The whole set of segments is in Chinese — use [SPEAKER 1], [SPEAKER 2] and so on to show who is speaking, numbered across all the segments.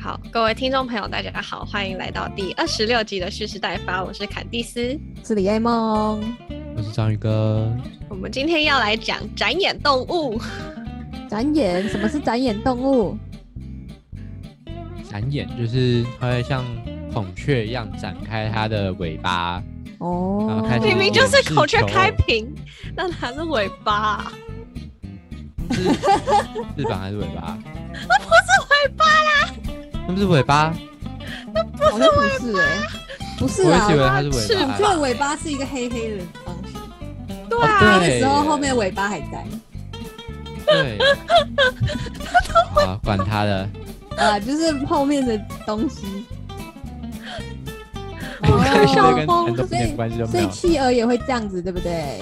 [SPEAKER 1] 好，各位听众朋友，大家好，欢迎来到第二十六集的蓄势待发，我是坎蒂斯。
[SPEAKER 2] 是李爱梦，
[SPEAKER 3] 我是章鱼哥，
[SPEAKER 1] 我们今天要来讲展演动物，
[SPEAKER 3] 哦
[SPEAKER 2] 展演，什么是展演动物？
[SPEAKER 3] 展眼就是它会像孔雀一样展开它的尾巴，然
[SPEAKER 2] 哦
[SPEAKER 3] 后开，始
[SPEAKER 1] 明明就是孔雀
[SPEAKER 3] 是球
[SPEAKER 1] 开屏，那它是尾巴啊、
[SPEAKER 3] 是翅膀还是尾巴？那不是尾巴啦，
[SPEAKER 2] 好像不是哎、不
[SPEAKER 3] 那不是
[SPEAKER 2] 是
[SPEAKER 3] 尾巴，
[SPEAKER 2] 啊
[SPEAKER 3] 我一直以，为它是尾
[SPEAKER 1] 翅
[SPEAKER 3] 巴。
[SPEAKER 2] 就尾巴是一个黑黑的东西，
[SPEAKER 1] 对啊，
[SPEAKER 3] 哦
[SPEAKER 2] 那个时候后面尾巴还在
[SPEAKER 3] 对，啊，管它的，
[SPEAKER 2] 啊，就是后面的东 西。哦
[SPEAKER 3] 这个 跟
[SPEAKER 1] 风
[SPEAKER 3] 弹动一
[SPEAKER 2] 所以
[SPEAKER 3] 点关系都
[SPEAKER 2] 所
[SPEAKER 3] 没
[SPEAKER 2] 以
[SPEAKER 3] 有。
[SPEAKER 2] 企鹅也会这样子，对不对？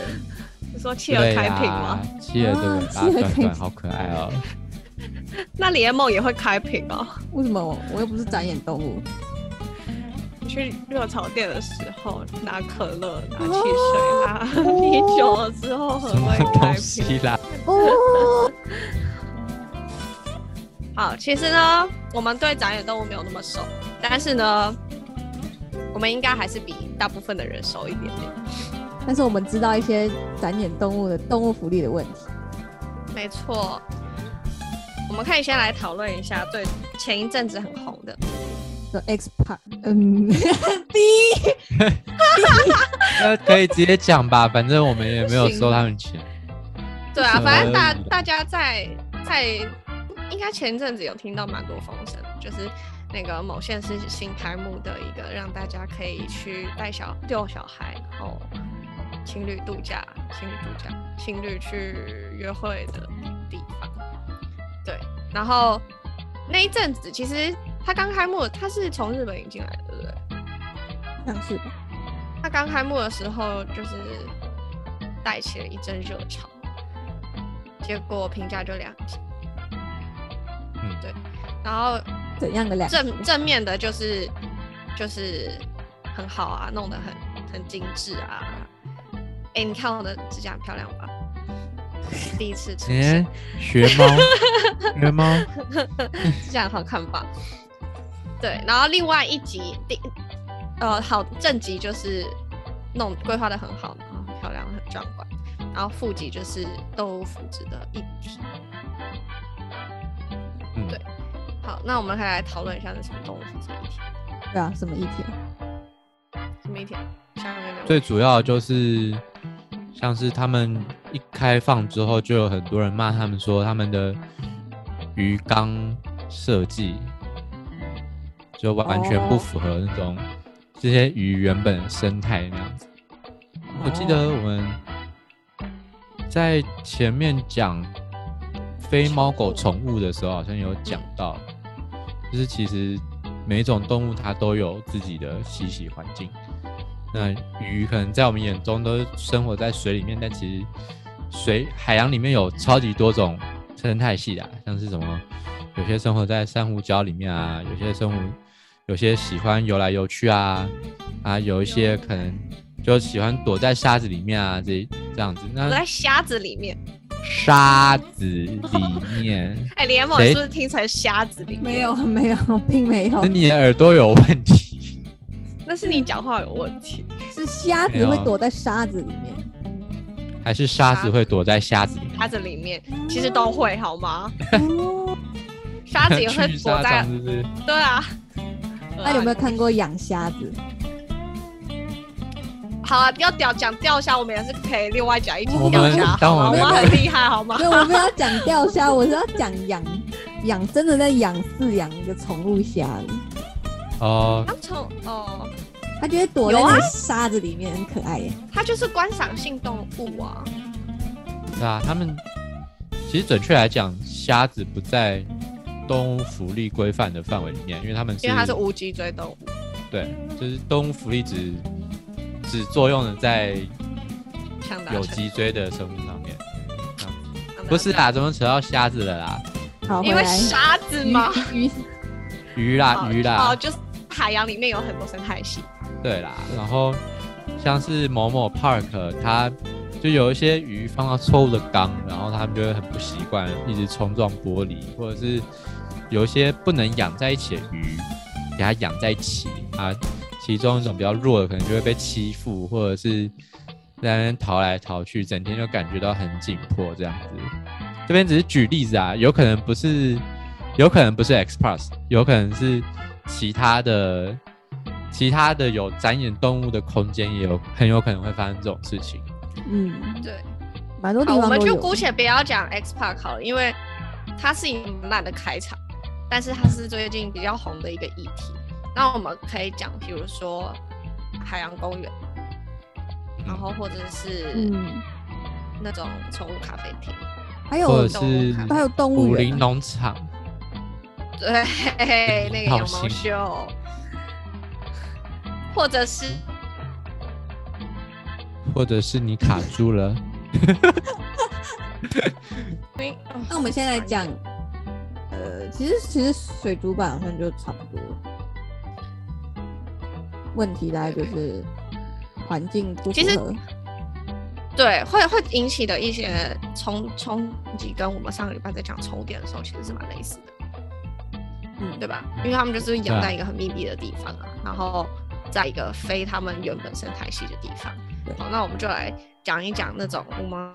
[SPEAKER 1] 你说企鹅
[SPEAKER 3] 对啊
[SPEAKER 1] 开屏
[SPEAKER 3] 呀
[SPEAKER 1] 吗？，
[SPEAKER 3] 企鹅的尾
[SPEAKER 2] 啊企鹅
[SPEAKER 3] 巴短
[SPEAKER 2] 开屏
[SPEAKER 3] 短，好可爱哦。
[SPEAKER 1] 那李彦梦也会开屏哦。
[SPEAKER 2] 为什么我我又不是展演动物？
[SPEAKER 1] 你去热炒店的时候拿可乐、拿汽水、
[SPEAKER 2] 哦
[SPEAKER 1] 拿啤酒的时候，
[SPEAKER 3] 什
[SPEAKER 1] 很
[SPEAKER 3] 么
[SPEAKER 1] 会
[SPEAKER 3] 东
[SPEAKER 1] 开屏。
[SPEAKER 3] 西啦？
[SPEAKER 2] 哦，
[SPEAKER 1] 好，其实呢，我们对展演动物没有那么熟，但是呢，我们应该还是比大部分的人熟一点点。
[SPEAKER 2] 但是我们知道一些展演动物的动物福利的问题。
[SPEAKER 1] 没错，我们可以先来讨论一下最前一阵子很红的，
[SPEAKER 2] 说 X Park，嗯 ，B
[SPEAKER 3] 那可以直接讲吧，反正我们也没有收他们钱。
[SPEAKER 1] 对啊，
[SPEAKER 3] 嗯
[SPEAKER 1] 反正大大家在在应该前阵子有听到蛮多风声，就是那个某县市新开幕的一个让大家可以去带小遛小孩，然后情侣度假、情侣度假、情侣去约会的地方。对，然后那一阵子其实它刚开幕，它是从日本引进来的，对不对？
[SPEAKER 2] 像是吧
[SPEAKER 1] 它刚开幕的时候就是带起了一阵热潮，结果评价就两极。
[SPEAKER 3] 嗯
[SPEAKER 1] 对。然后
[SPEAKER 2] 怎样的两？
[SPEAKER 1] 正正面的就是就是很好啊，弄得很很精致啊。哎、你看我的指甲很漂亮吧？第一次出现
[SPEAKER 3] 哎，学猫，学猫，
[SPEAKER 1] 指甲很好看吧？对，然后另外一集第呃好正集就是弄规划的很好，然后很漂亮很壮观，然后副集就是动物福祉的一集。
[SPEAKER 3] 嗯
[SPEAKER 1] 对好，那我们可以来讨论一下这什么动物福祉的议题？
[SPEAKER 2] 对啊，什么议题啊？
[SPEAKER 1] 什么议题啊？下面有没有
[SPEAKER 3] 最主要就是像是他们一开放之后，就有很多人骂他们说他们的鱼缸设计就完全不
[SPEAKER 2] 哦
[SPEAKER 3] 符合那种这些鱼原本的生态那样子。我记得我们在前面讲非猫狗宠物的时候，好像有讲到，就是其实每一种动物它都有自己的栖息环境。那鱼可能在我们眼中都生活在水里面，但其实水海洋里面有超级多种生态系的啊、像是什么有些生活在珊瑚礁里面啊，有些生活有些喜欢游来游去啊，啊，有一些可能就喜欢躲在沙子里面啊，这这样子。
[SPEAKER 1] 我
[SPEAKER 3] 那
[SPEAKER 1] 在瞎子里面。
[SPEAKER 3] 沙子里面，
[SPEAKER 1] 哎、联盟
[SPEAKER 3] 谁
[SPEAKER 1] 是不是听成瞎子里面？
[SPEAKER 2] 没，有，没有，并没有
[SPEAKER 3] 那，你的耳朵有问题？
[SPEAKER 1] 那是你讲话有问题。
[SPEAKER 2] 是虾子
[SPEAKER 3] 没有
[SPEAKER 2] 会躲在沙子里面。
[SPEAKER 3] 还是沙子会躲在沙子里面？
[SPEAKER 1] 瞎子里面
[SPEAKER 2] 嗯
[SPEAKER 1] 其实都会好吗？
[SPEAKER 2] 哦
[SPEAKER 1] 瞎子也 会
[SPEAKER 3] 去
[SPEAKER 1] 躲
[SPEAKER 3] 沙
[SPEAKER 1] 在
[SPEAKER 3] 场是不是？
[SPEAKER 1] 对啊。
[SPEAKER 2] 那有没有看过养虾子？
[SPEAKER 1] 好啊，要钓讲钓虾，我们也是可以另外讲一集
[SPEAKER 3] 我们
[SPEAKER 1] 钓虾，
[SPEAKER 3] 当
[SPEAKER 1] 好吗
[SPEAKER 3] 我
[SPEAKER 1] 我
[SPEAKER 3] 们
[SPEAKER 1] 们很厉害，好吗
[SPEAKER 2] 所？以我不要讲钓虾，我是要讲养养，真的在养饲养一个宠物虾，
[SPEAKER 3] 哦，
[SPEAKER 1] 当从哦，
[SPEAKER 2] 它就会躲在
[SPEAKER 1] 有啊
[SPEAKER 2] 那个沙子里面，很可爱耶。
[SPEAKER 1] 它就是观赏性动物啊。
[SPEAKER 3] 对啊，他们其实准确来讲，虾子不在动物福利规范的范围里面，因为他们是
[SPEAKER 1] 因为它是无脊椎动物，
[SPEAKER 3] 对，就是动物福利只只作用的在
[SPEAKER 1] 强大
[SPEAKER 3] 有
[SPEAKER 1] 成
[SPEAKER 3] 脊椎的生物上面。
[SPEAKER 1] 强大
[SPEAKER 3] 不是啊啦，怎么扯到虾子了啦？
[SPEAKER 2] 好，
[SPEAKER 1] 因
[SPEAKER 2] 回
[SPEAKER 1] 为
[SPEAKER 2] 来
[SPEAKER 1] 沙子吗？
[SPEAKER 2] 鱼鱼
[SPEAKER 3] 鱼啦，
[SPEAKER 1] 哦
[SPEAKER 3] 鱼
[SPEAKER 1] 哦，
[SPEAKER 3] 啦，
[SPEAKER 1] 就是海洋里面有很多生态系，
[SPEAKER 3] 对啦。然后像是某某 park，它就有一些鱼放到错误的缸，然后它们就会很不习惯，一直冲撞玻璃，或者是有一些不能养在一起的鱼，给它养在一起啊，其中一种比较弱的可能就会被欺负，或者是在那边逃来逃去，整天就感觉到很紧迫这样子。这边只是举例子啊，有可能不是，有可能不是 X Plus，有可能是其他的。其他的有展演动物的空间也有很有可能会发生这种事情。
[SPEAKER 2] 嗯，
[SPEAKER 1] 对，
[SPEAKER 2] 蛮多地
[SPEAKER 1] 好，
[SPEAKER 2] 方
[SPEAKER 1] 我们
[SPEAKER 2] 都
[SPEAKER 1] 就
[SPEAKER 2] 有
[SPEAKER 1] 姑且不要讲 X Park 好了，因为它是一个蛮烂的开场，但是它是最近比较红的一个议题。那我们可以讲，比如说海洋公园，然后或者是
[SPEAKER 2] 嗯，
[SPEAKER 1] 那种宠物咖啡厅，
[SPEAKER 2] 还有
[SPEAKER 3] 或者
[SPEAKER 1] 动物
[SPEAKER 3] 是
[SPEAKER 1] 咖啡
[SPEAKER 2] 还有动物
[SPEAKER 3] 武
[SPEAKER 2] 园
[SPEAKER 3] 林
[SPEAKER 2] 啊，
[SPEAKER 3] 农场，
[SPEAKER 1] 对，那个
[SPEAKER 3] 好
[SPEAKER 1] 羊毛
[SPEAKER 3] 心
[SPEAKER 1] 秀，或者是
[SPEAKER 3] 或者是你卡住了，
[SPEAKER 2] 嗯那我们现在讲，呃，其实其实水族馆好像就差不多。问题大概就是环境不符
[SPEAKER 1] 其实
[SPEAKER 2] 合，
[SPEAKER 1] 对，会会引起的一些冲冲击，跟我们上个礼拜在讲充电的时候其实是蛮类似的，
[SPEAKER 2] 嗯，
[SPEAKER 1] 对吧？因为他们就是养
[SPEAKER 3] 对啊
[SPEAKER 1] 在一个很密闭的地方啊，然后在一个非他们原本生态系的地方
[SPEAKER 2] 对。
[SPEAKER 1] 好，那我们就来讲一讲那种我们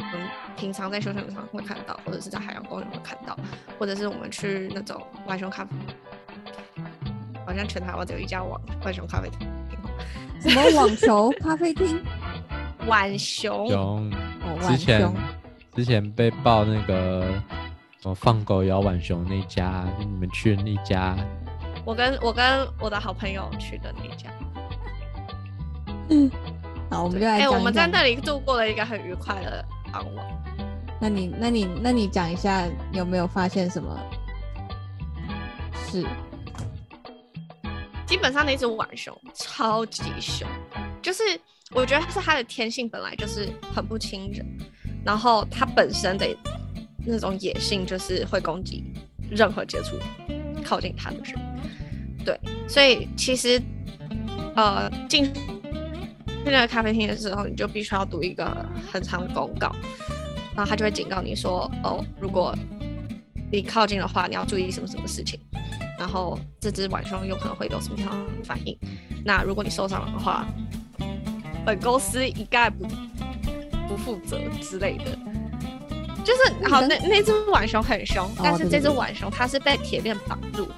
[SPEAKER 1] 平常在休闲场会看到，或者是在海洋公园会看到，或者是我们去那种浣熊咖啡，好像全台湾只有一家网浣熊咖啡厅，
[SPEAKER 2] 什么网球咖啡厅，
[SPEAKER 1] 浣熊
[SPEAKER 3] 熊
[SPEAKER 2] 哦，
[SPEAKER 3] 之
[SPEAKER 2] 浣
[SPEAKER 3] 前
[SPEAKER 2] 熊，
[SPEAKER 3] 之前被爆那个什么放狗咬浣熊那家，就你们去的那家，
[SPEAKER 1] 我跟我跟我的好朋友去的那一家。
[SPEAKER 2] 好，我们就
[SPEAKER 1] 对
[SPEAKER 2] 来
[SPEAKER 1] 哎、
[SPEAKER 2] 讲一
[SPEAKER 1] 我
[SPEAKER 2] 讲。
[SPEAKER 1] 们在那里度过了一个很愉快的傍晚。
[SPEAKER 2] 那你那你那你讲一下，有没有发现什么事？
[SPEAKER 1] 基本上那只浣熊超级凶，就是我觉得是它的天性本来就是很不亲人，然后它本身的那种野性就是会攻击任何接触靠近它的人。对，所以其实呃进去那个咖啡厅的时候，你就必须要读一个很长的公告，然后他就会警告你说，哦，如果你靠近的话，你要注意什么什么事情，然后这只浣熊有可能会有什么样的反应。那如果你受伤的话，呃本公司一概不不负责之类的。就是好，那那只浣熊很凶，但是
[SPEAKER 2] 哦对
[SPEAKER 1] 这
[SPEAKER 2] 对
[SPEAKER 1] 只
[SPEAKER 2] 对
[SPEAKER 1] 浣熊它是被铁链绑住的，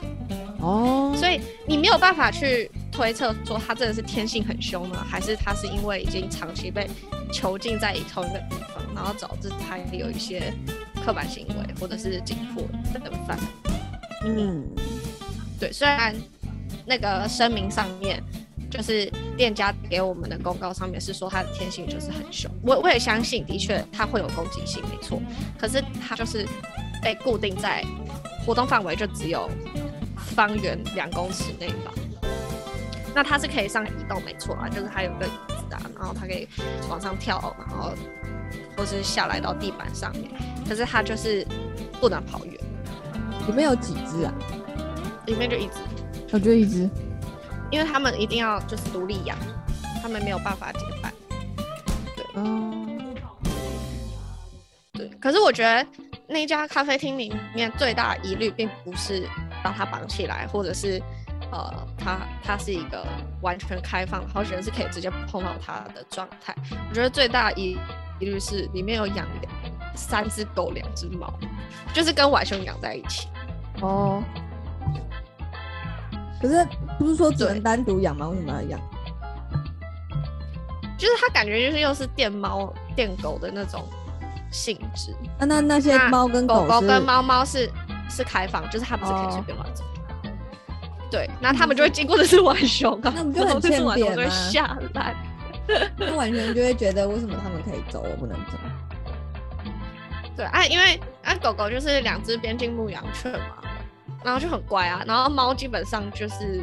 [SPEAKER 2] 哦，
[SPEAKER 1] 所以你没有办法去推测说他真的是天性很凶呢，还是他是因为已经长期被囚禁在同一个地方，然后导致他有一些刻板行为或者是紧迫的反
[SPEAKER 2] 嗯，
[SPEAKER 1] 对，虽然那个声明上面就是店家给我们的公告上面是说它的天性就是很凶，我我也相信，的确它会有攻击性，没错。可是它就是被固定在活动范围就只有方圆两公尺内吧。那它是可以上移动，没错啊，就是它有个椅子啊，然后它可以往上跳，然后或是下来到地板上面。可是它就是不能跑远，
[SPEAKER 2] 里面有几只啊？
[SPEAKER 1] 里面就一直
[SPEAKER 2] 我就一只。
[SPEAKER 1] 因为他们一定要就是独立养，他们没有办法结伴。
[SPEAKER 2] 哦，
[SPEAKER 1] 对，可是我觉得那家咖啡厅里面最大的疑虑，并不是把它绑起来，或者是呃，它它是一个完全开放，好几人是可以直接碰到它的状态。我觉得最大的疑疑虑是里面有养三只狗，两只猫，就是跟浣熊养在一起。
[SPEAKER 2] 哦。可是不是说只
[SPEAKER 1] 对
[SPEAKER 2] 能单独养吗？为什么要养？
[SPEAKER 1] 就是它感觉就是又是电猫电狗的那种性质，
[SPEAKER 2] 那那那些
[SPEAKER 1] 那
[SPEAKER 2] 猫跟
[SPEAKER 1] 狗狗
[SPEAKER 2] 是
[SPEAKER 1] 跟猫猫是是开放，就是它们是可以随便乱走。对，那它们就会经过的是浣熊，
[SPEAKER 2] 哦嗯
[SPEAKER 1] 啊
[SPEAKER 2] 那不就
[SPEAKER 1] 然后
[SPEAKER 2] 很啊
[SPEAKER 1] 这只
[SPEAKER 2] 欠
[SPEAKER 1] 浣熊就
[SPEAKER 2] 扁
[SPEAKER 1] 会
[SPEAKER 2] 吗
[SPEAKER 1] 下来。
[SPEAKER 2] 那完全就会觉得为什么他们可以走，我不能走？
[SPEAKER 1] 对啊，因为啊狗狗就是两只边境牧羊犬嘛，然后就很乖啊，然后猫基本上就是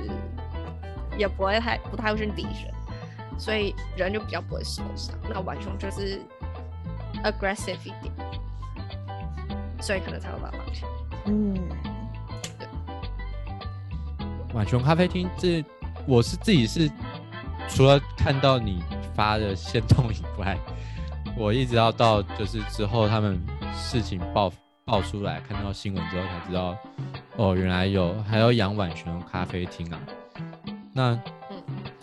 [SPEAKER 1] 也不会太不太会去理人，所以人就比较不会受伤。那浣熊就是 aggressive 一点，所以可能才会把它放
[SPEAKER 3] 欸
[SPEAKER 1] 下。
[SPEAKER 2] 嗯，
[SPEAKER 3] 浣熊咖啡厅这我是自己是除了看到你发的线动以外，我一直要到就是之后他们事情爆爆出来，看到新闻之后才知道，哦，原来有还有养浣熊咖啡厅啊。那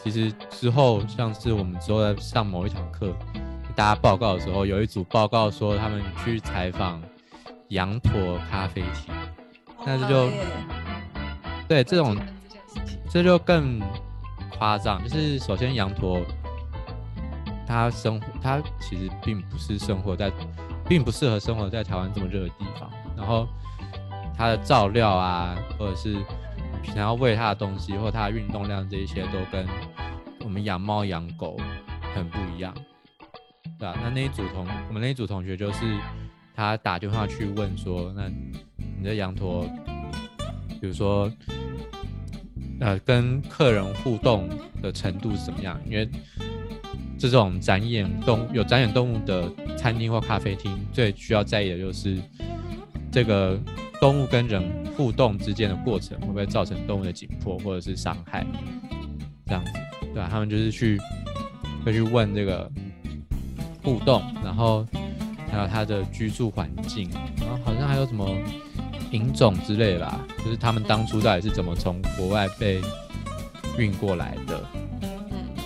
[SPEAKER 3] 其实之后像是我们之后在上某一堂课，大家报告的时候，有一组报告说他们去采访羊驼咖啡厅，那这就
[SPEAKER 2] 哦耶
[SPEAKER 3] 对这种
[SPEAKER 1] 这件事情
[SPEAKER 3] 这就更夸张，就是首先羊驼，它生活它其实并不是生活在，并不适合生活在台湾这么热的地方。然后它的照料啊，或者是平常要喂它的东西，或它的运动量这一些，都跟我们养猫养狗很不一样，对吧、那那一组同我们那一组同学就是他打电话去问说，那你的羊驼，比如说呃，跟客人互动的程度是怎么样？因为这种展演动有展演动物的餐厅或咖啡厅，最需要在意的就是这个动物跟人互动之间的过程会不会造成动物的紧迫或者是伤害，这样子，对啊吧、他们就是去会去问这个互动，然后还有它的居住环境，然后好像还有什么引种之类的吧，就是他们当初到底是怎么从国外被运过来的，
[SPEAKER 1] 嗯，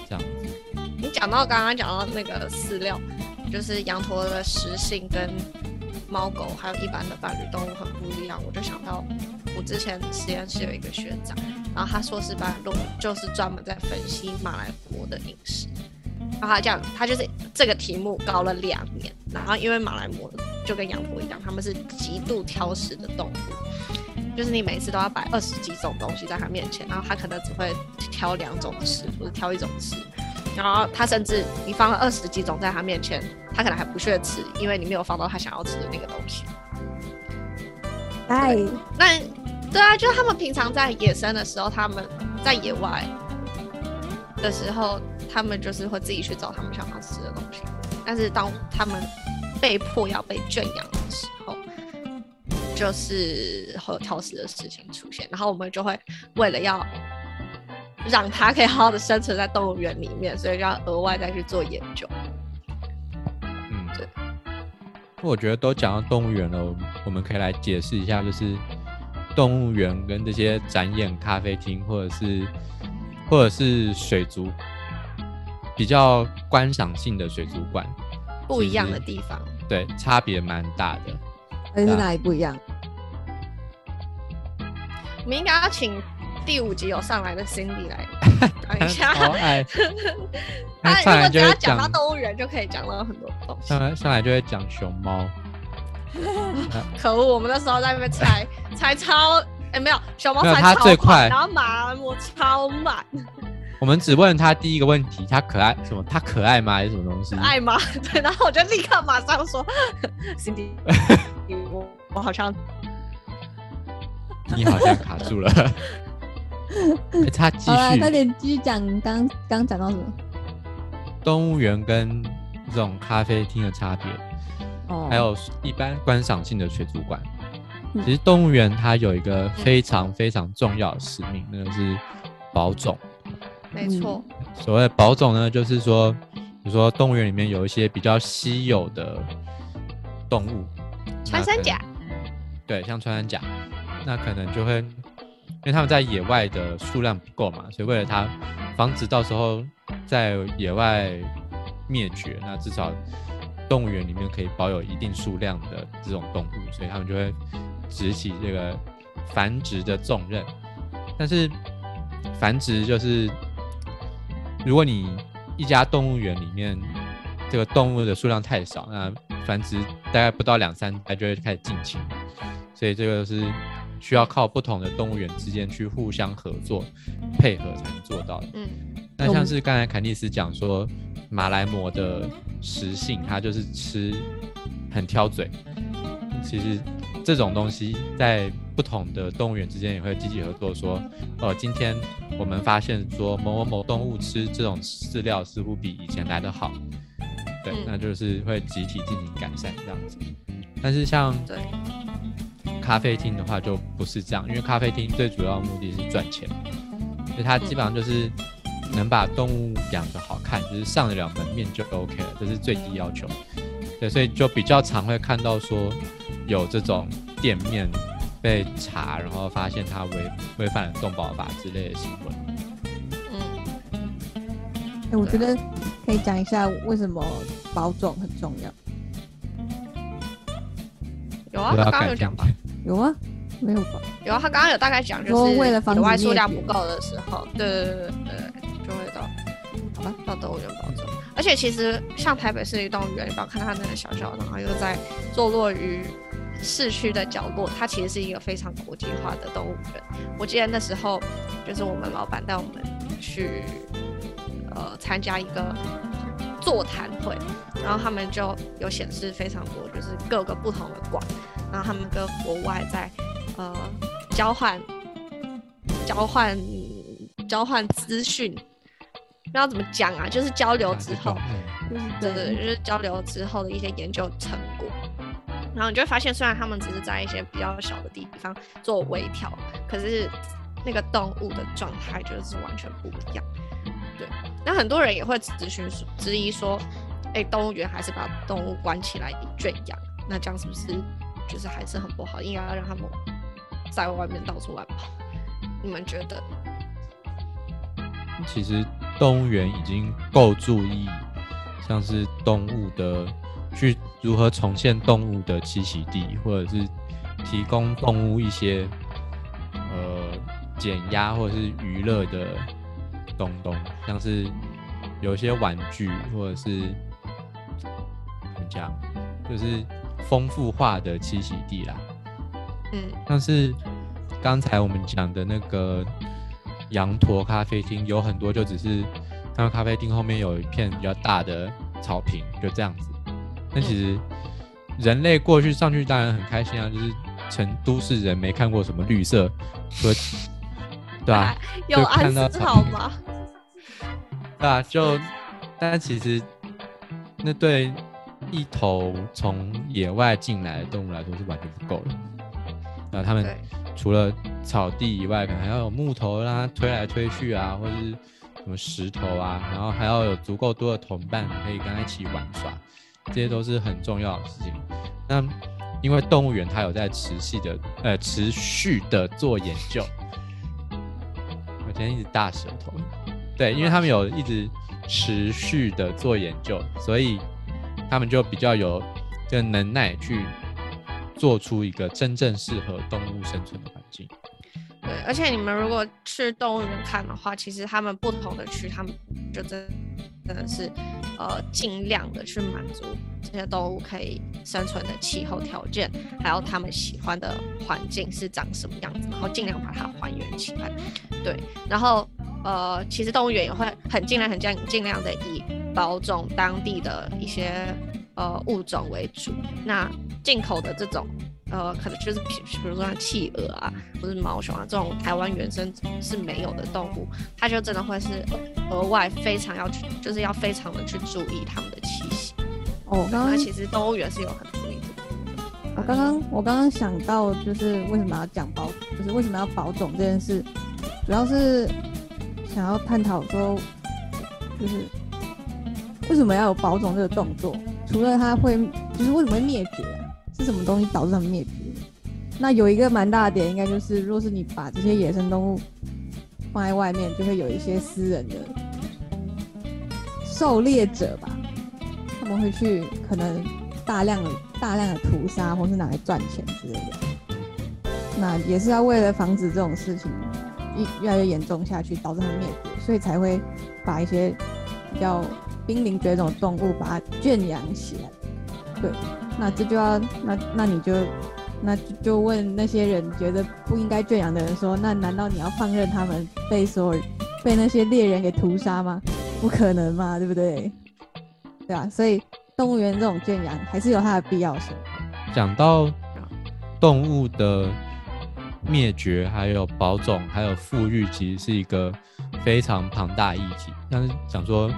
[SPEAKER 3] 这样子。
[SPEAKER 1] 你讲到刚刚讲到那个饲料，就是羊驼的食性跟猫狗还有一般的伴侣动物很不一样，我就想到我之前实验室有一个学长，然后他硕士班论文就是专门在分析马来貘的饮食。然后他这样，他就是这个题目搞了两年。然后因为马来貘就跟羊驼一样，他们是极度挑食的动物，就是你每次都要摆二十几种东西在他面前，然后他可能只会挑两种吃，或者挑一种吃。然后他甚至你放了二十几种在他面前，他可能还不屑吃，因为你没有放到他想要吃的那个东西。
[SPEAKER 2] 哎，
[SPEAKER 1] 那对啊，就是他们平常在野生的时候，他们在野外的时候，他们就是会自己去找他们想要吃的东西。但是当他们被迫要被圈养的时候，就是会有挑食的事情出现。然后我们就会为了要让它可以好好的生存在动物园里面，所以就要额外再去做研究。
[SPEAKER 3] 嗯，
[SPEAKER 1] 对。
[SPEAKER 3] 我觉得都讲到动物园了，我们我们可以来解释一下，就是动物园跟这些展演咖啡厅或者是或者是水族比较观赏性的水族馆，
[SPEAKER 1] 不一样的
[SPEAKER 3] 其实
[SPEAKER 1] 地方，
[SPEAKER 3] 对差别蛮大的。
[SPEAKER 2] 而且是哪里不一样？
[SPEAKER 1] 我们应该要请第五集有上来的 Cindy 来讲一下。
[SPEAKER 3] 好爱，
[SPEAKER 1] 他
[SPEAKER 3] 那
[SPEAKER 1] 如
[SPEAKER 3] 上
[SPEAKER 1] 果
[SPEAKER 3] 来
[SPEAKER 1] 只
[SPEAKER 3] 就
[SPEAKER 1] 要
[SPEAKER 3] 会
[SPEAKER 1] 讲到
[SPEAKER 3] 讲，嗯
[SPEAKER 1] 动物园，就可以讲到很多东西
[SPEAKER 3] 上。来上来就会讲熊猫。
[SPEAKER 1] 可恶，我们那时候在那边猜猜超，哎、没有，小猫
[SPEAKER 3] 嗯没有
[SPEAKER 1] 猜
[SPEAKER 3] 它
[SPEAKER 1] 超
[SPEAKER 3] 最快嗯
[SPEAKER 1] 然后马来貘超慢，
[SPEAKER 3] 我们只问他第一个问题，他可爱什么？他可爱吗？还是什么东西？
[SPEAKER 1] 爱吗？对，然后我就立刻马上说 ，Cindy，我我好像
[SPEAKER 3] 你好像卡住 了。欸他继
[SPEAKER 2] 好啊啦，快
[SPEAKER 3] 续，
[SPEAKER 2] 点继续讲，刚刚讲到什么？
[SPEAKER 3] 动物园跟这种咖啡厅的差别，
[SPEAKER 2] 哦，
[SPEAKER 3] 还有一般观赏性的水族馆。
[SPEAKER 2] 嗯
[SPEAKER 3] 其实动物园它有一个非常非常重要的使命，那就是保种。
[SPEAKER 1] 没错，
[SPEAKER 3] 所谓的保种呢，就是说，比如说动物园里面有一些比较稀有的动物，
[SPEAKER 1] 穿山甲，
[SPEAKER 3] 对，像穿山甲，那可能就会，因为他们在野外的数量不够嘛，所以为了它，防止到时候在野外灭绝，那至少动物园里面可以保有一定数量的这种动物，所以他们就会执起这个繁殖的重任。但是繁殖就是，如果你一家动物园里面这个动物的数量太少，那繁殖大概不到两三代就会开始近亲，所以这个是需要靠不同的动物园之间去互相合作、配合才能做到的。
[SPEAKER 1] 嗯，
[SPEAKER 3] 那
[SPEAKER 2] 我
[SPEAKER 3] 像
[SPEAKER 2] 们
[SPEAKER 3] 是刚才凯蒂斯讲说，马来貘的食性，它就是吃很挑嘴。其实这种东西在不同的动物园之间也会积极合作，说，呃，今天我们发现说某某某动物吃这种饲料似乎比以前来的好，对
[SPEAKER 1] 嗯，
[SPEAKER 3] 那就是会集体进行改善这样子。但是像
[SPEAKER 1] 对，
[SPEAKER 3] 咖啡厅的话就不是这样，因为咖啡厅最主要的目的是赚钱，所以它基本上就是能把动物养得好看，只是上得了门面就 OK 了，这是最低要求。对，所以就比较常会看到说有这种店面被查，然后发现它违违反了动保法之类的行为。
[SPEAKER 1] 嗯，
[SPEAKER 2] 哎、我觉得可以讲一下为什么保种很重要。
[SPEAKER 1] 有啊，
[SPEAKER 3] 对
[SPEAKER 1] 他
[SPEAKER 3] 啊
[SPEAKER 1] 刚刚有
[SPEAKER 3] 改
[SPEAKER 1] 讲
[SPEAKER 3] 进
[SPEAKER 1] 吧？
[SPEAKER 2] 有啊，没有吧？
[SPEAKER 1] 有啊，他刚刚有大概讲，就
[SPEAKER 2] 说
[SPEAKER 1] 是
[SPEAKER 2] 为了防
[SPEAKER 1] 野
[SPEAKER 2] 止
[SPEAKER 1] 外
[SPEAKER 2] 灭
[SPEAKER 1] 数量不
[SPEAKER 2] 绝
[SPEAKER 1] 够的时候，对对对对嗯对，就会到
[SPEAKER 2] 好吧
[SPEAKER 1] 到动物园保种。而且其实像台北市立动物园，你不要看它那个小小的，然后又在坐落于市区的角落，它其实是一个非常国际化的动物园。我记得那时候就是我们老板带我们去呃参加一个座谈会，然后他们就有显示非常多，就是各个不同的馆，然后他们跟国外在呃交换交换交换资讯，不知道怎么讲啊，就是交流之后，
[SPEAKER 2] 就是
[SPEAKER 1] 对对，对，就是交流之后的一些研究成果。然后你就会发现，虽然他们只是在一些比较小的地方做微调，可是那个动物的状态就是完全不一样。对，那很多人也会咨询说质疑说，哎，动物园还是把动物关起来圈养，那这样是不是就是还是很不好？应该要让他们在外面到处乱跑。你们觉得？
[SPEAKER 3] 其实动物园已经够注意，像是动物的去如何重现动物的栖息地，或者是提供动物一些呃减压或者是娱乐的东东，像是有一些玩具或者是怎么讲，就是丰富化的栖息地啦。
[SPEAKER 1] 嗯
[SPEAKER 3] 像是刚才我们讲的那个羊驼咖啡厅，有很多就只是那个咖啡厅后面有一片比较大的草坪，就这样子。那其实人类过去上去当然很开心啊，就是成都市人没看过什么绿色和对吧、啊？
[SPEAKER 1] 有
[SPEAKER 3] 就
[SPEAKER 1] 暗
[SPEAKER 3] 看到
[SPEAKER 1] 示
[SPEAKER 3] 草
[SPEAKER 1] 好
[SPEAKER 3] 莓
[SPEAKER 1] 吗？
[SPEAKER 3] 对啊，就但其实那对一头从野外进来的动物来说是完全不够的。那他们
[SPEAKER 1] 对
[SPEAKER 3] 除了草地以外，可能还要有木头让它推来推去啊，或者是什么石头啊，然后还要有足够多的同伴可以跟它一起玩耍，这些都是很重要的事情。那因为动物园它有在持续的呃持续的做研究，我今天一直大舌头，对，因为他们有一直持续的做研究，所以他们就比较有这个能耐去做出一个真正适合动物生存的环境。
[SPEAKER 1] 对，而且你们如果去动物园看的话，其实他们不同的区，他们就真真的是呃尽量的去满足这些动物可以生存的气候条件，还有他们喜欢的环境是长什么样子，然后尽量把它还原起来。对，然后呃，其实动物园也会很尽量、很尽尽量的以保种当地的一些呃物种为主。那进口的这种呃，可能就是比比如说像企鹅啊，或是毛熊啊这种台湾原生是没有的动物，它就真的会是额外非常要去，就是要非常的去注意它们的栖息。
[SPEAKER 2] 哦，刚
[SPEAKER 1] 那
[SPEAKER 2] 刚
[SPEAKER 1] 其实动物园是有很注意的。
[SPEAKER 2] 我啊刚刚我刚刚想到，就是为什么要讲保，就是为什么要保种这件事，主要是想要探讨说，就是为什么要有保种这个动作？除了它会，就是为什么会灭绝啊、是什么东西导致它们灭绝？那有一个蛮大的点，应该就是，若是你把这些野生动物放在外面，就会有一些私人的狩猎者吧，他们会去可能大量的大量的屠杀，或是拿来赚钱之类的。那也是要为了防止这种事情一越来越严重下去，导致它们灭绝，所以才会把一些比较濒临绝种的动物把它圈养起来。对，那这就要那那你就那就就问那些人觉得不应该圈养的人说，那难道你要放任他们被所有被那些猎人给屠杀吗？不可能嘛，对不对？对啊，所以动物园这种圈养还是有它的必要性。
[SPEAKER 3] 讲到动物的灭绝，还有保种，还有富裕，其实是一个非常庞大的议题。但是讲说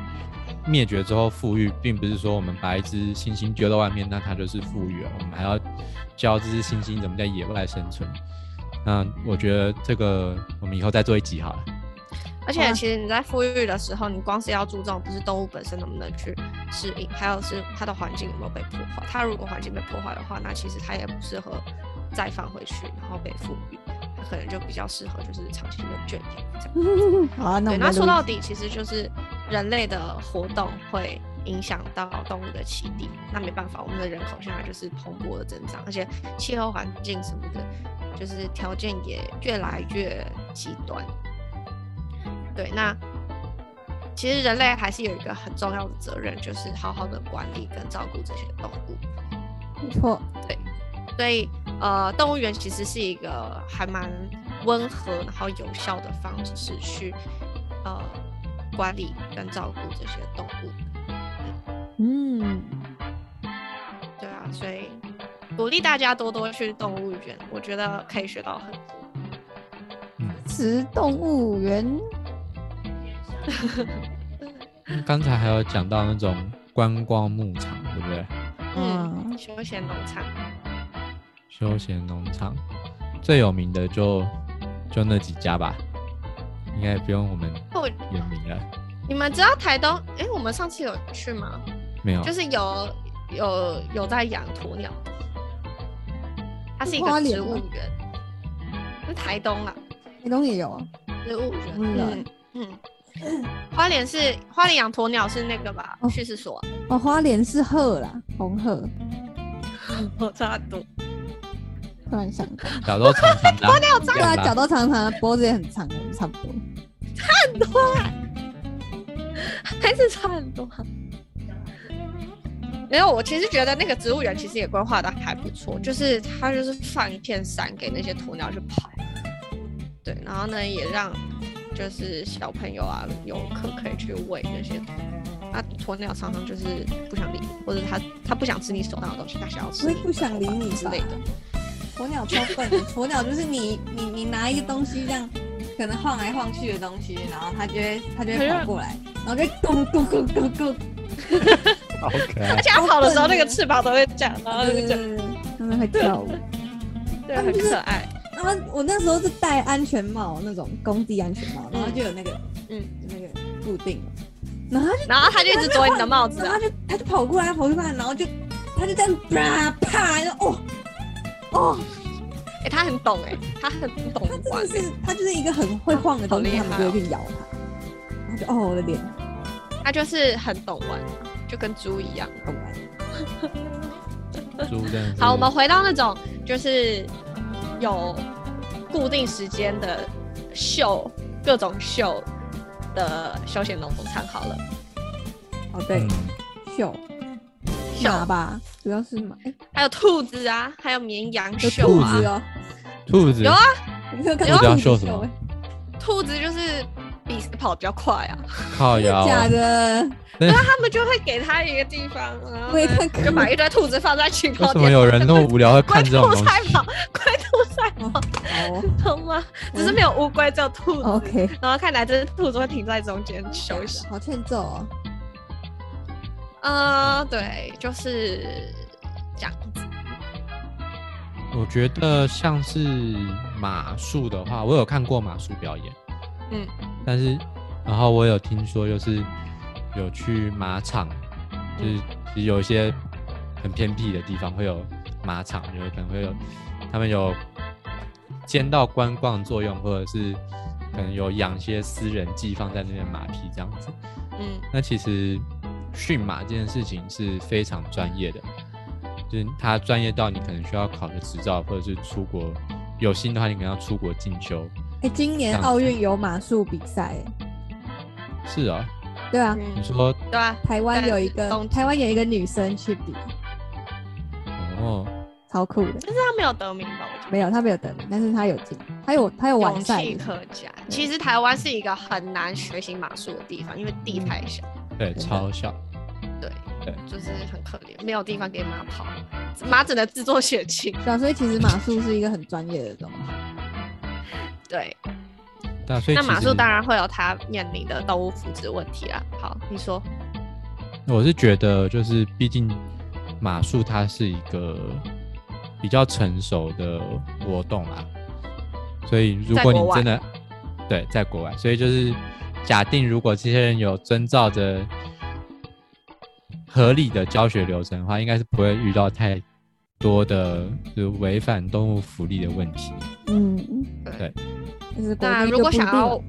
[SPEAKER 3] 灭绝之后富裕，并不是说我们把一只猩猩丢到外面，那它就是富裕了。我们还要教这只猩猩怎么在野外生存。那我觉得这个我们以后再做一集好了。
[SPEAKER 1] 而
[SPEAKER 2] 好
[SPEAKER 1] 且
[SPEAKER 2] 吧
[SPEAKER 1] 其实你在富裕的时候，你光是要注重不是动物本身能不能去适应，还有是它的环境有没有被破坏。它如果环境被破坏的话，那其实它也不适合再放回去，然后被富裕，它可能就比较适合就是长期的圈养这样。
[SPEAKER 2] 好啊，那我
[SPEAKER 1] 对，
[SPEAKER 2] 们
[SPEAKER 1] 那
[SPEAKER 2] 再
[SPEAKER 1] 说
[SPEAKER 2] 录一
[SPEAKER 1] 到底，其实就是人类的活动会影响到动物的栖地。那没办法，我们的人口现在就是蓬勃的增长，而且气候环境什么的，就是条件也越来越极端。对，那其实人类还是有一个很重要的责任，就是好好的管理跟照顾这些动物。
[SPEAKER 2] 没错，
[SPEAKER 1] 所以呃，动物园其实是一个还蛮温和，然后有效的方式去呃管理跟照顾这些动物。
[SPEAKER 2] 嗯，
[SPEAKER 1] 对啊，所以鼓励大家多多去动物园，我觉得可以学到很多。
[SPEAKER 3] 嗯
[SPEAKER 2] 植动物园，
[SPEAKER 3] 刚才还有讲到那种观光牧场，对不对？
[SPEAKER 2] 嗯
[SPEAKER 1] 嗯，休闲农场，
[SPEAKER 3] 休闲农场最有名的就就那几家吧，应该也不用我们
[SPEAKER 1] 我
[SPEAKER 3] 点名了。
[SPEAKER 1] 你们知道台东？哎、我们上次有去吗？
[SPEAKER 3] 没有，
[SPEAKER 1] 就是有有有在养鸵鸟，它是一
[SPEAKER 2] 花
[SPEAKER 1] 个
[SPEAKER 2] 莲
[SPEAKER 1] 植物
[SPEAKER 2] 吗
[SPEAKER 1] 园，是台东啊。
[SPEAKER 2] 台东也有啊，
[SPEAKER 1] 植物
[SPEAKER 2] 嗯
[SPEAKER 1] 人，嗯嗯，花莲是花莲养鸵鸟是那个吧
[SPEAKER 2] 哦？
[SPEAKER 1] 叙事所，
[SPEAKER 2] 哦，花莲是鹤啦，红鹤，
[SPEAKER 1] 嗯我差很多。
[SPEAKER 2] 突然想到，
[SPEAKER 3] 脚都长长的啊，这
[SPEAKER 2] 对
[SPEAKER 3] 样
[SPEAKER 2] 啊，
[SPEAKER 3] 吧
[SPEAKER 2] 脚都长长的，脖子也很长，我们差不多。
[SPEAKER 1] 还是差很多。没有，我其实觉得那个植物园其实也规划的还不错，就是它就是放一片山给那些鸵鸟去跑，对，然后呢也让就是小朋友啊游客可以去喂那些鸵鸟。那鸵鸟常常就是不想理你，或者它它不想吃你手上的东西，它想要吃
[SPEAKER 2] 会
[SPEAKER 1] 你
[SPEAKER 2] 不想理
[SPEAKER 1] 的头发
[SPEAKER 2] 你
[SPEAKER 1] 之
[SPEAKER 2] 吧
[SPEAKER 1] 类的。
[SPEAKER 2] 鸵鸟超笨的，鸵鸟就是你你你拿一个东西这样，可能晃来晃去的东西，然后它就会它就会跑过来，然后就咚咚咚咚咚，
[SPEAKER 3] 好可爱
[SPEAKER 1] 而。且它跑的时候，那个
[SPEAKER 2] 好笨耶
[SPEAKER 1] 翅膀都会讲，然后就
[SPEAKER 2] 嗯
[SPEAKER 1] 讲，
[SPEAKER 2] 他们会跳舞。
[SPEAKER 1] 对，
[SPEAKER 2] 他们
[SPEAKER 1] 很
[SPEAKER 2] 就是
[SPEAKER 1] 可爱。
[SPEAKER 2] 然后我那时候是戴安全帽那种工地安全帽，然后就有那个嗯
[SPEAKER 1] 嗯
[SPEAKER 2] 那个固定的，然后它就
[SPEAKER 1] 然后它就一直啄你的帽子
[SPEAKER 2] 然
[SPEAKER 1] 啊
[SPEAKER 2] 后它，就它就跑过来跑过来，然后就它就这样啪啪，然后哦哦，
[SPEAKER 1] 哎，它很懂哎，它很懂
[SPEAKER 2] 它
[SPEAKER 1] 玩
[SPEAKER 2] 真的是它就是一个很会晃的东西，
[SPEAKER 1] 好
[SPEAKER 2] 他
[SPEAKER 1] 厉
[SPEAKER 2] 们
[SPEAKER 1] 害哦
[SPEAKER 2] 就会去咬它，然后就哦我的脸。
[SPEAKER 1] 欸，它就是很懂玩，就跟猪一样。
[SPEAKER 2] 懂了
[SPEAKER 3] 猪真的是
[SPEAKER 1] 好，我们回到那种就是有固定时间的秀，各种秀的休闲农场好了。
[SPEAKER 2] 哦，对
[SPEAKER 3] 嗯，
[SPEAKER 2] 秀
[SPEAKER 1] 秀
[SPEAKER 2] 马吧，主要是马，哎
[SPEAKER 1] 还有兔子啊，还有绵羊
[SPEAKER 2] 有
[SPEAKER 1] 秀
[SPEAKER 2] 兔
[SPEAKER 1] 啊
[SPEAKER 2] 子，哦，
[SPEAKER 3] 兔子
[SPEAKER 1] 有啊，
[SPEAKER 2] 你没有看
[SPEAKER 3] 兔
[SPEAKER 2] 到
[SPEAKER 3] 子要
[SPEAKER 2] 兔
[SPEAKER 3] 秀
[SPEAKER 2] 子
[SPEAKER 3] 什
[SPEAKER 2] 秀
[SPEAKER 3] 么
[SPEAKER 2] 哎？？
[SPEAKER 1] 兔子就是比谁跑得比较快啊，
[SPEAKER 3] 靠腰啊，
[SPEAKER 2] 假的，
[SPEAKER 1] 他们就会给它一个地方，然后
[SPEAKER 2] 我也
[SPEAKER 1] 呢
[SPEAKER 2] 看过
[SPEAKER 1] 哦就把一堆兔子放在起
[SPEAKER 3] 为
[SPEAKER 1] 跑
[SPEAKER 3] 什
[SPEAKER 1] 点。
[SPEAKER 3] 么有人那么无聊会
[SPEAKER 1] 龟
[SPEAKER 3] 看这种
[SPEAKER 1] 兔
[SPEAKER 3] 东
[SPEAKER 1] 赛
[SPEAKER 3] 西？
[SPEAKER 1] 跑，龟兔赛跑，
[SPEAKER 2] 哦
[SPEAKER 1] 懂吗？只是没有乌龟，只有兔子。
[SPEAKER 2] ，OK，
[SPEAKER 1] 然后看来这只兔子会停在中间休息。
[SPEAKER 2] 好欠揍哦。
[SPEAKER 1] 呃，对，就是这样子。
[SPEAKER 3] 我觉得像是马术的话，我有看过马术表演，
[SPEAKER 1] 嗯，
[SPEAKER 3] 但是然后我有听说，就是有去马场，就是其实有一些很偏僻的地方会有马场，有可能会有他们有兼到观光作用，或者是可能有养一些私人寄放在那边马匹这样子。
[SPEAKER 1] 嗯，
[SPEAKER 3] 那其实驯马这件事情是非常专业的，就是它专业到你可能需要考个执照，或者是出国有心的话，你可能要出国进修。
[SPEAKER 2] 哎，今年
[SPEAKER 3] 这样子
[SPEAKER 2] 奥运有马术比赛，
[SPEAKER 3] 是啊、
[SPEAKER 2] 哎对啊，
[SPEAKER 3] 你
[SPEAKER 1] 嗯
[SPEAKER 3] 说
[SPEAKER 1] 对吧、啊？
[SPEAKER 2] 台湾有一个
[SPEAKER 1] 在东京
[SPEAKER 2] 台湾有一个女生去比，
[SPEAKER 3] 哦，
[SPEAKER 2] 超酷的。
[SPEAKER 1] 但是他没有得名吧？我觉得
[SPEAKER 2] 没有，她没有得名，但是她有进，她有她有完
[SPEAKER 1] 勇
[SPEAKER 2] 赛
[SPEAKER 1] 气
[SPEAKER 2] 的，
[SPEAKER 1] 可嘉。其实台湾是一个很难学习马术的地方，因为地太小，
[SPEAKER 3] 对，
[SPEAKER 2] 的
[SPEAKER 3] 超小，
[SPEAKER 1] 对，
[SPEAKER 3] 对
[SPEAKER 1] 就是很可怜，没有地方给马跑，马只能自作血清。
[SPEAKER 2] 对啊，所以其实马术是一个很专业的东西。
[SPEAKER 1] 对，
[SPEAKER 3] 对啊，所以
[SPEAKER 1] 那
[SPEAKER 3] 其
[SPEAKER 1] 马术
[SPEAKER 3] 实
[SPEAKER 1] 当然会有它面临的动物福祉问题啦。好，你说，
[SPEAKER 3] 我是觉得，就是毕竟马术它是一个比较成熟的活动啦，所以如
[SPEAKER 1] 在
[SPEAKER 3] 果你
[SPEAKER 1] 国外
[SPEAKER 3] 真的对，在国外，所以就是假定如果这些人有遵照着合理的教学流程的话，应该是不会遇到太多的就是违反动物福利的问题。
[SPEAKER 2] 嗯，
[SPEAKER 3] 对。
[SPEAKER 2] 就是国
[SPEAKER 1] 那
[SPEAKER 2] 内
[SPEAKER 1] 如
[SPEAKER 2] 就
[SPEAKER 1] 果
[SPEAKER 2] 不一
[SPEAKER 1] 想
[SPEAKER 2] 定
[SPEAKER 1] 要
[SPEAKER 2] 了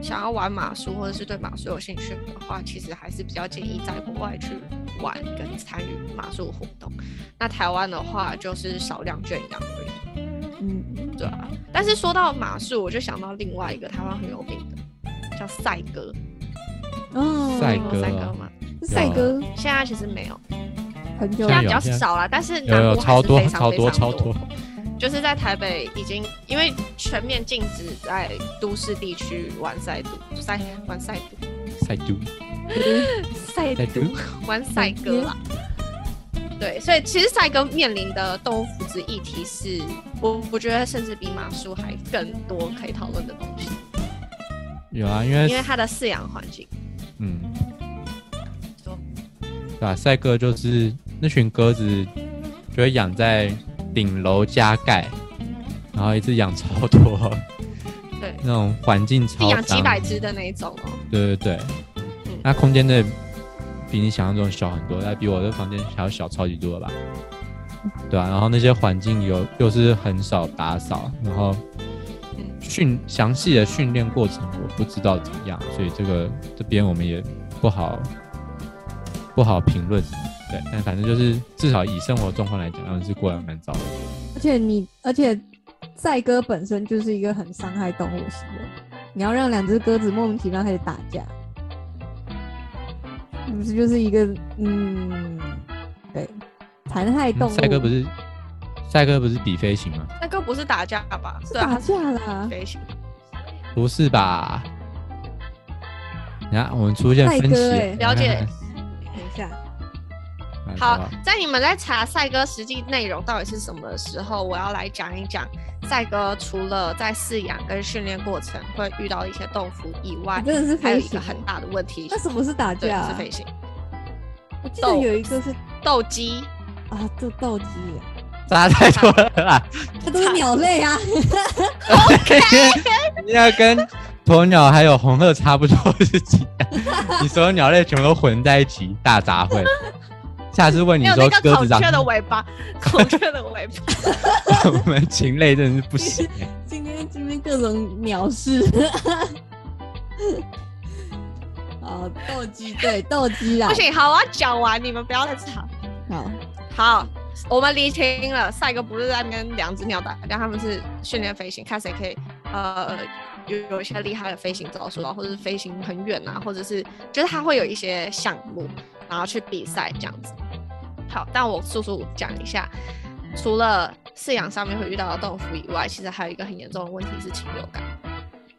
[SPEAKER 1] 想要玩马术，或者是对马术有兴趣的话，其实还是比较建议在国外去玩跟参与马术活动。那台湾的话，就是少量圈养而已。
[SPEAKER 2] 嗯，
[SPEAKER 1] 对啊，但是说到马术，我就想到另外一个台湾很有名的，叫赛鸽。
[SPEAKER 2] 哦，
[SPEAKER 3] 赛
[SPEAKER 1] 听过
[SPEAKER 3] 鸽
[SPEAKER 1] 赛
[SPEAKER 3] 啊
[SPEAKER 1] 鸽吗？
[SPEAKER 2] 是赛鸽
[SPEAKER 1] 现在其实没有，
[SPEAKER 2] 很
[SPEAKER 1] 现
[SPEAKER 2] 久
[SPEAKER 1] 在
[SPEAKER 3] 有
[SPEAKER 1] 比较
[SPEAKER 3] 现在
[SPEAKER 1] 少了，但是
[SPEAKER 3] 有
[SPEAKER 1] 南
[SPEAKER 3] 有
[SPEAKER 1] 部还
[SPEAKER 3] 超
[SPEAKER 1] 是
[SPEAKER 3] 多
[SPEAKER 1] 非常
[SPEAKER 3] 超
[SPEAKER 1] 非
[SPEAKER 3] 多
[SPEAKER 1] 常
[SPEAKER 3] 超
[SPEAKER 1] 多
[SPEAKER 3] 多，
[SPEAKER 1] 就是在台北已经因为全面禁止在都市地区玩赛毒赛玩赛毒
[SPEAKER 3] 赛都
[SPEAKER 1] 赛
[SPEAKER 3] 赛都
[SPEAKER 1] 毒玩赛鸽啦。对，所以其实赛鸽面临的动物福祉议题是，我我觉得甚至比马术还更多可以讨论的东西，
[SPEAKER 3] 有啊，因为
[SPEAKER 1] 因为它的饲养环境。
[SPEAKER 3] 嗯，
[SPEAKER 1] 说
[SPEAKER 3] 对吧、赛鸽就是那群鸽子就会养在顶楼加盖，然后一次养超多，
[SPEAKER 1] 对，
[SPEAKER 3] 那种环境
[SPEAKER 1] 是
[SPEAKER 3] 超
[SPEAKER 1] 养几
[SPEAKER 3] 脏，
[SPEAKER 1] 百只的那一种哦。
[SPEAKER 3] 对对对，
[SPEAKER 1] 嗯
[SPEAKER 3] 那空间真的比你想象中小很多，那比我的房间还要小超级多了吧？对啊，然后那些环境有又是很少打扫，然后
[SPEAKER 1] 嗯
[SPEAKER 3] 训详细的训练过程我不知道怎么样，所以这个这边我们也不好不好评论。对，但反正就是至少以生活状况来讲，他们是过得蛮糟的。
[SPEAKER 2] 而且你，而且赛鸽本身就是一个很伤害动物的行为，你要让两只鸽子莫名其妙开始打架，不是就是一个嗯，对，残害动
[SPEAKER 3] 嗯
[SPEAKER 2] 物。
[SPEAKER 3] 赛哥不是赛哥不是比飞行吗？
[SPEAKER 1] 那个不是打架吧？
[SPEAKER 2] 是
[SPEAKER 1] 对啊
[SPEAKER 2] 打架啦，
[SPEAKER 1] 飞行。
[SPEAKER 3] 不是吧？你看，我们出现分
[SPEAKER 2] 赛鸽欸
[SPEAKER 3] 歧，
[SPEAKER 1] 了解
[SPEAKER 2] 等一下，
[SPEAKER 3] 哎。
[SPEAKER 1] 好
[SPEAKER 3] 哎，
[SPEAKER 1] 在你们在查赛鸽实际内容到底是什么的时候，我要来讲一讲赛鸽除了在饲养跟训练过程会遇到一些豆腐以外
[SPEAKER 2] 你，真的是
[SPEAKER 1] 啊还有
[SPEAKER 2] 飞
[SPEAKER 1] 一
[SPEAKER 2] 行哦
[SPEAKER 1] 个。很大的问题
[SPEAKER 2] 那，什么是打
[SPEAKER 1] 对
[SPEAKER 2] 架、，
[SPEAKER 1] 是
[SPEAKER 2] 啊？
[SPEAKER 1] 飞行
[SPEAKER 2] 我记得
[SPEAKER 1] 斗
[SPEAKER 2] 有一个是
[SPEAKER 1] 斗鸡。
[SPEAKER 2] 啊，斗斗鸡啊，
[SPEAKER 3] 大家太多了啦！
[SPEAKER 1] 嗯
[SPEAKER 2] 它都是鸟类啊。
[SPEAKER 3] 你要跟鸵鸟还有红鹤差不多是几样？你所有鸟类全部都混在一起，大杂烩。下次问你
[SPEAKER 1] 还有
[SPEAKER 3] 说
[SPEAKER 1] 那个
[SPEAKER 3] 鸽子
[SPEAKER 1] 孔
[SPEAKER 3] 长
[SPEAKER 1] 雀的尾巴，孔雀的尾巴。
[SPEAKER 3] 我们禽类真的是不行、欸。
[SPEAKER 2] 今天今天各种鸟事。好，斗鸡对斗鸡啦
[SPEAKER 1] 不，行，好，我要讲完，你们不要再吵。
[SPEAKER 2] 好，
[SPEAKER 1] 好，我们厘清了，赛哥不是在跟两只鸟打架，他们是训练飞行，看谁可以呃有有一些厉害的飞行招数啊，或者是飞行很远啊，或者是就是他会有一些项目，然后去比赛这样子。好，但我速速讲一下，除了饲养上面会遇到的动物以外，其实还有一个很严重的问题是禽流感。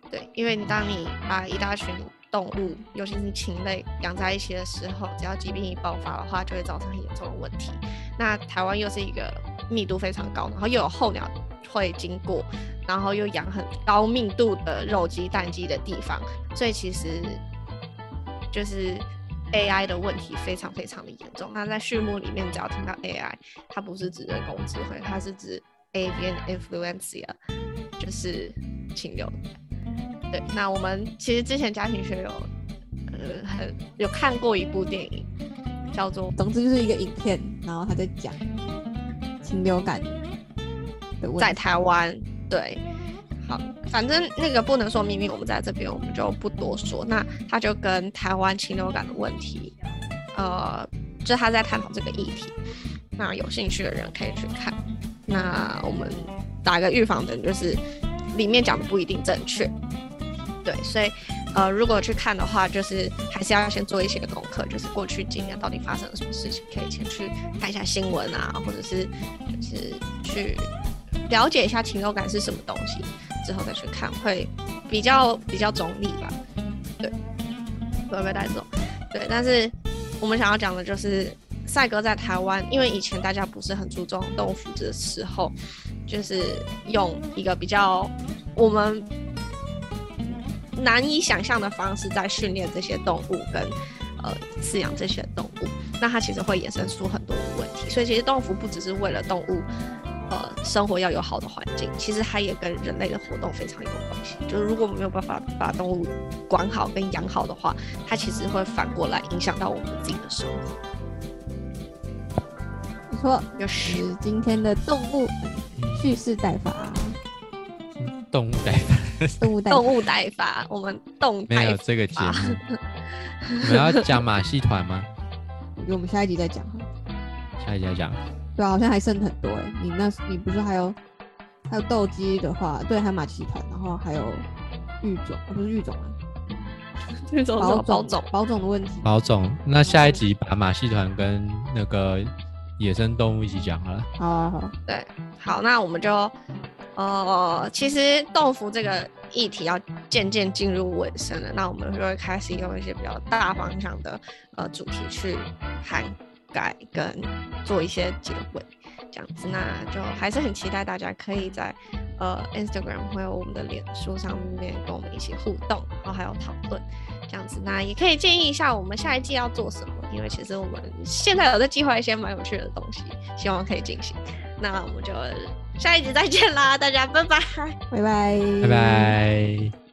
[SPEAKER 1] 对，因为你当你把一大群动物，尤其是禽类养在一起的时候，只要疾病一爆发的话，就会造成很严重的问题。那台湾又是一个密度非常高，然后又有候鸟会经过，然后又养很高密度的肉鸡、蛋鸡的地方，所以其实就是 AI 的问题非常非常的严重。那在畜牧里面，只要听到 AI，它不是指人工智慧，它是指 avian influenza，就是禽流感。对，那我们其实之前家庭学有，呃，很有看过一部电影，叫做
[SPEAKER 2] 总之就是一个影片，然后他在讲禽流感的问
[SPEAKER 1] 在
[SPEAKER 2] 题。
[SPEAKER 1] 台湾，对，好，反正那个不能说秘密，我们在这边我们就不多说。那他就跟台湾禽流感的问题，呃，就是他在探讨这个议题。那有兴趣的人可以去看。那我们打个预防针，就是里面讲的不一定正确。对，所以呃，如果去看的话，就是还是要先做一些功课，就是过去几年到底发生了什么事情，可以先去看一下新闻啊，或者是就是去了解一下禽流感是什么东西，之后再去看会比较比较中立吧。对，不会被带走。对，但是我们想要讲的就是赛鸽在台湾，因为以前大家不是很注重动物福祉的时候，就是用一个比较我们难以想象的方式在训练这些动物跟呃饲养这些动物，那它其实会衍生出很多的问题。所以其实动物福不只是为了动物呃生活要有好的环境，其实它也跟人类的活动非常有关系。就是如果我们没有办法把动物管好跟养好的话，它其实会反过来影响到我们自己的生活。
[SPEAKER 2] 没错，
[SPEAKER 1] 有
[SPEAKER 2] 这
[SPEAKER 1] 时
[SPEAKER 2] 是今天的动物蓄势待发，
[SPEAKER 3] 动物代办
[SPEAKER 2] 动物待
[SPEAKER 1] 动
[SPEAKER 2] 发，
[SPEAKER 1] 物带法，我们动
[SPEAKER 3] 没
[SPEAKER 1] 带
[SPEAKER 3] 有这个节
[SPEAKER 1] 法。
[SPEAKER 3] 目，我们要讲马戏团吗？
[SPEAKER 2] 我们下一集再讲好了。
[SPEAKER 3] 下一集要讲
[SPEAKER 2] 对啊，好像还剩很多哎、你那，你不是还有还有斗鸡的话，对，还有马戏团，然后还有育种，啊不是育种啊，
[SPEAKER 1] 这种
[SPEAKER 2] 保
[SPEAKER 1] 哦啊保
[SPEAKER 2] 种
[SPEAKER 1] 种，
[SPEAKER 2] 保种的问题。
[SPEAKER 3] 保总，那下一集把马戏团跟那个野生动物一起讲好了。
[SPEAKER 2] 好啊好啊，
[SPEAKER 1] 好，那我们就呃，其实豆腐这个议题要渐渐进入尾声了，那我们就会开始用一些比较大方向的呃主题去涵盖跟做一些结尾。这样子，那就还是很期待大家可以在呃 Instagram 或者我们的脸书上面跟我们一起互动，然后还有讨论这样子。那也可以建议一下我们下一季要做什么，因为其实我们现在有在计划一些蛮有趣的东西，希望可以进行。那我们就下一集再见啦，大家拜拜。
[SPEAKER 2] 拜拜，
[SPEAKER 3] 拜拜。